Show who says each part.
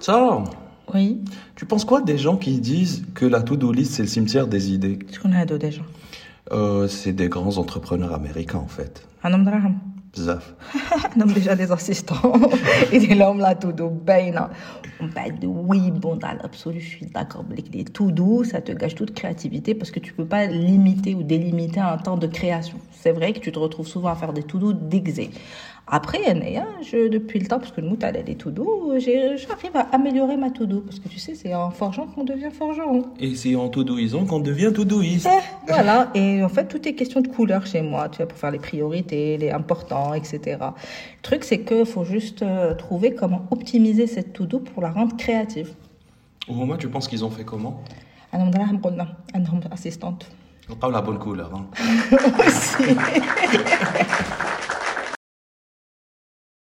Speaker 1: Ça,
Speaker 2: Oui,
Speaker 1: tu penses quoi des gens qui disent que la to-do list, c'est le cimetière des idées
Speaker 2: شكون هادو ديجا
Speaker 1: Euh, C'est des grands entrepreneurs américains, en fait.
Speaker 2: عندهم دراهم
Speaker 1: Bzaf.
Speaker 2: عندهم ديجا دي زاسيستون يدير لهم لا تو دو باينه ومن بعد وي بون تاع الابسولو جو داكور بليك لي تو دو سا تو gâche toute créativité parce que tu peux pas limiter ou délimiter un temps de création c'est vrai que tu te retrouves souvent à faire des to do déguisés après Anaya, je, depuis le temps parce que le mout elle a des to do j'ai- j'arrive à améliorer ma to do parce que tu sais c'est en forgeant qu'on devient forgeron
Speaker 1: Et c'est en to-doisant qu'on devient to-doiste.
Speaker 2: Voilà, et en fait, tout est question de couleur chez moi, tu vois, pour faire les priorités, les importants, etc. Le truc, c'est que faut juste euh, trouver comment optimiser cette to-do pour la rendre créative.
Speaker 1: Au moment, tu penses qu'ils ont fait comment
Speaker 2: عندهم دراهم قلنا عندهم assistante
Speaker 1: Pas la bonne couleur. hein.
Speaker 2: aussi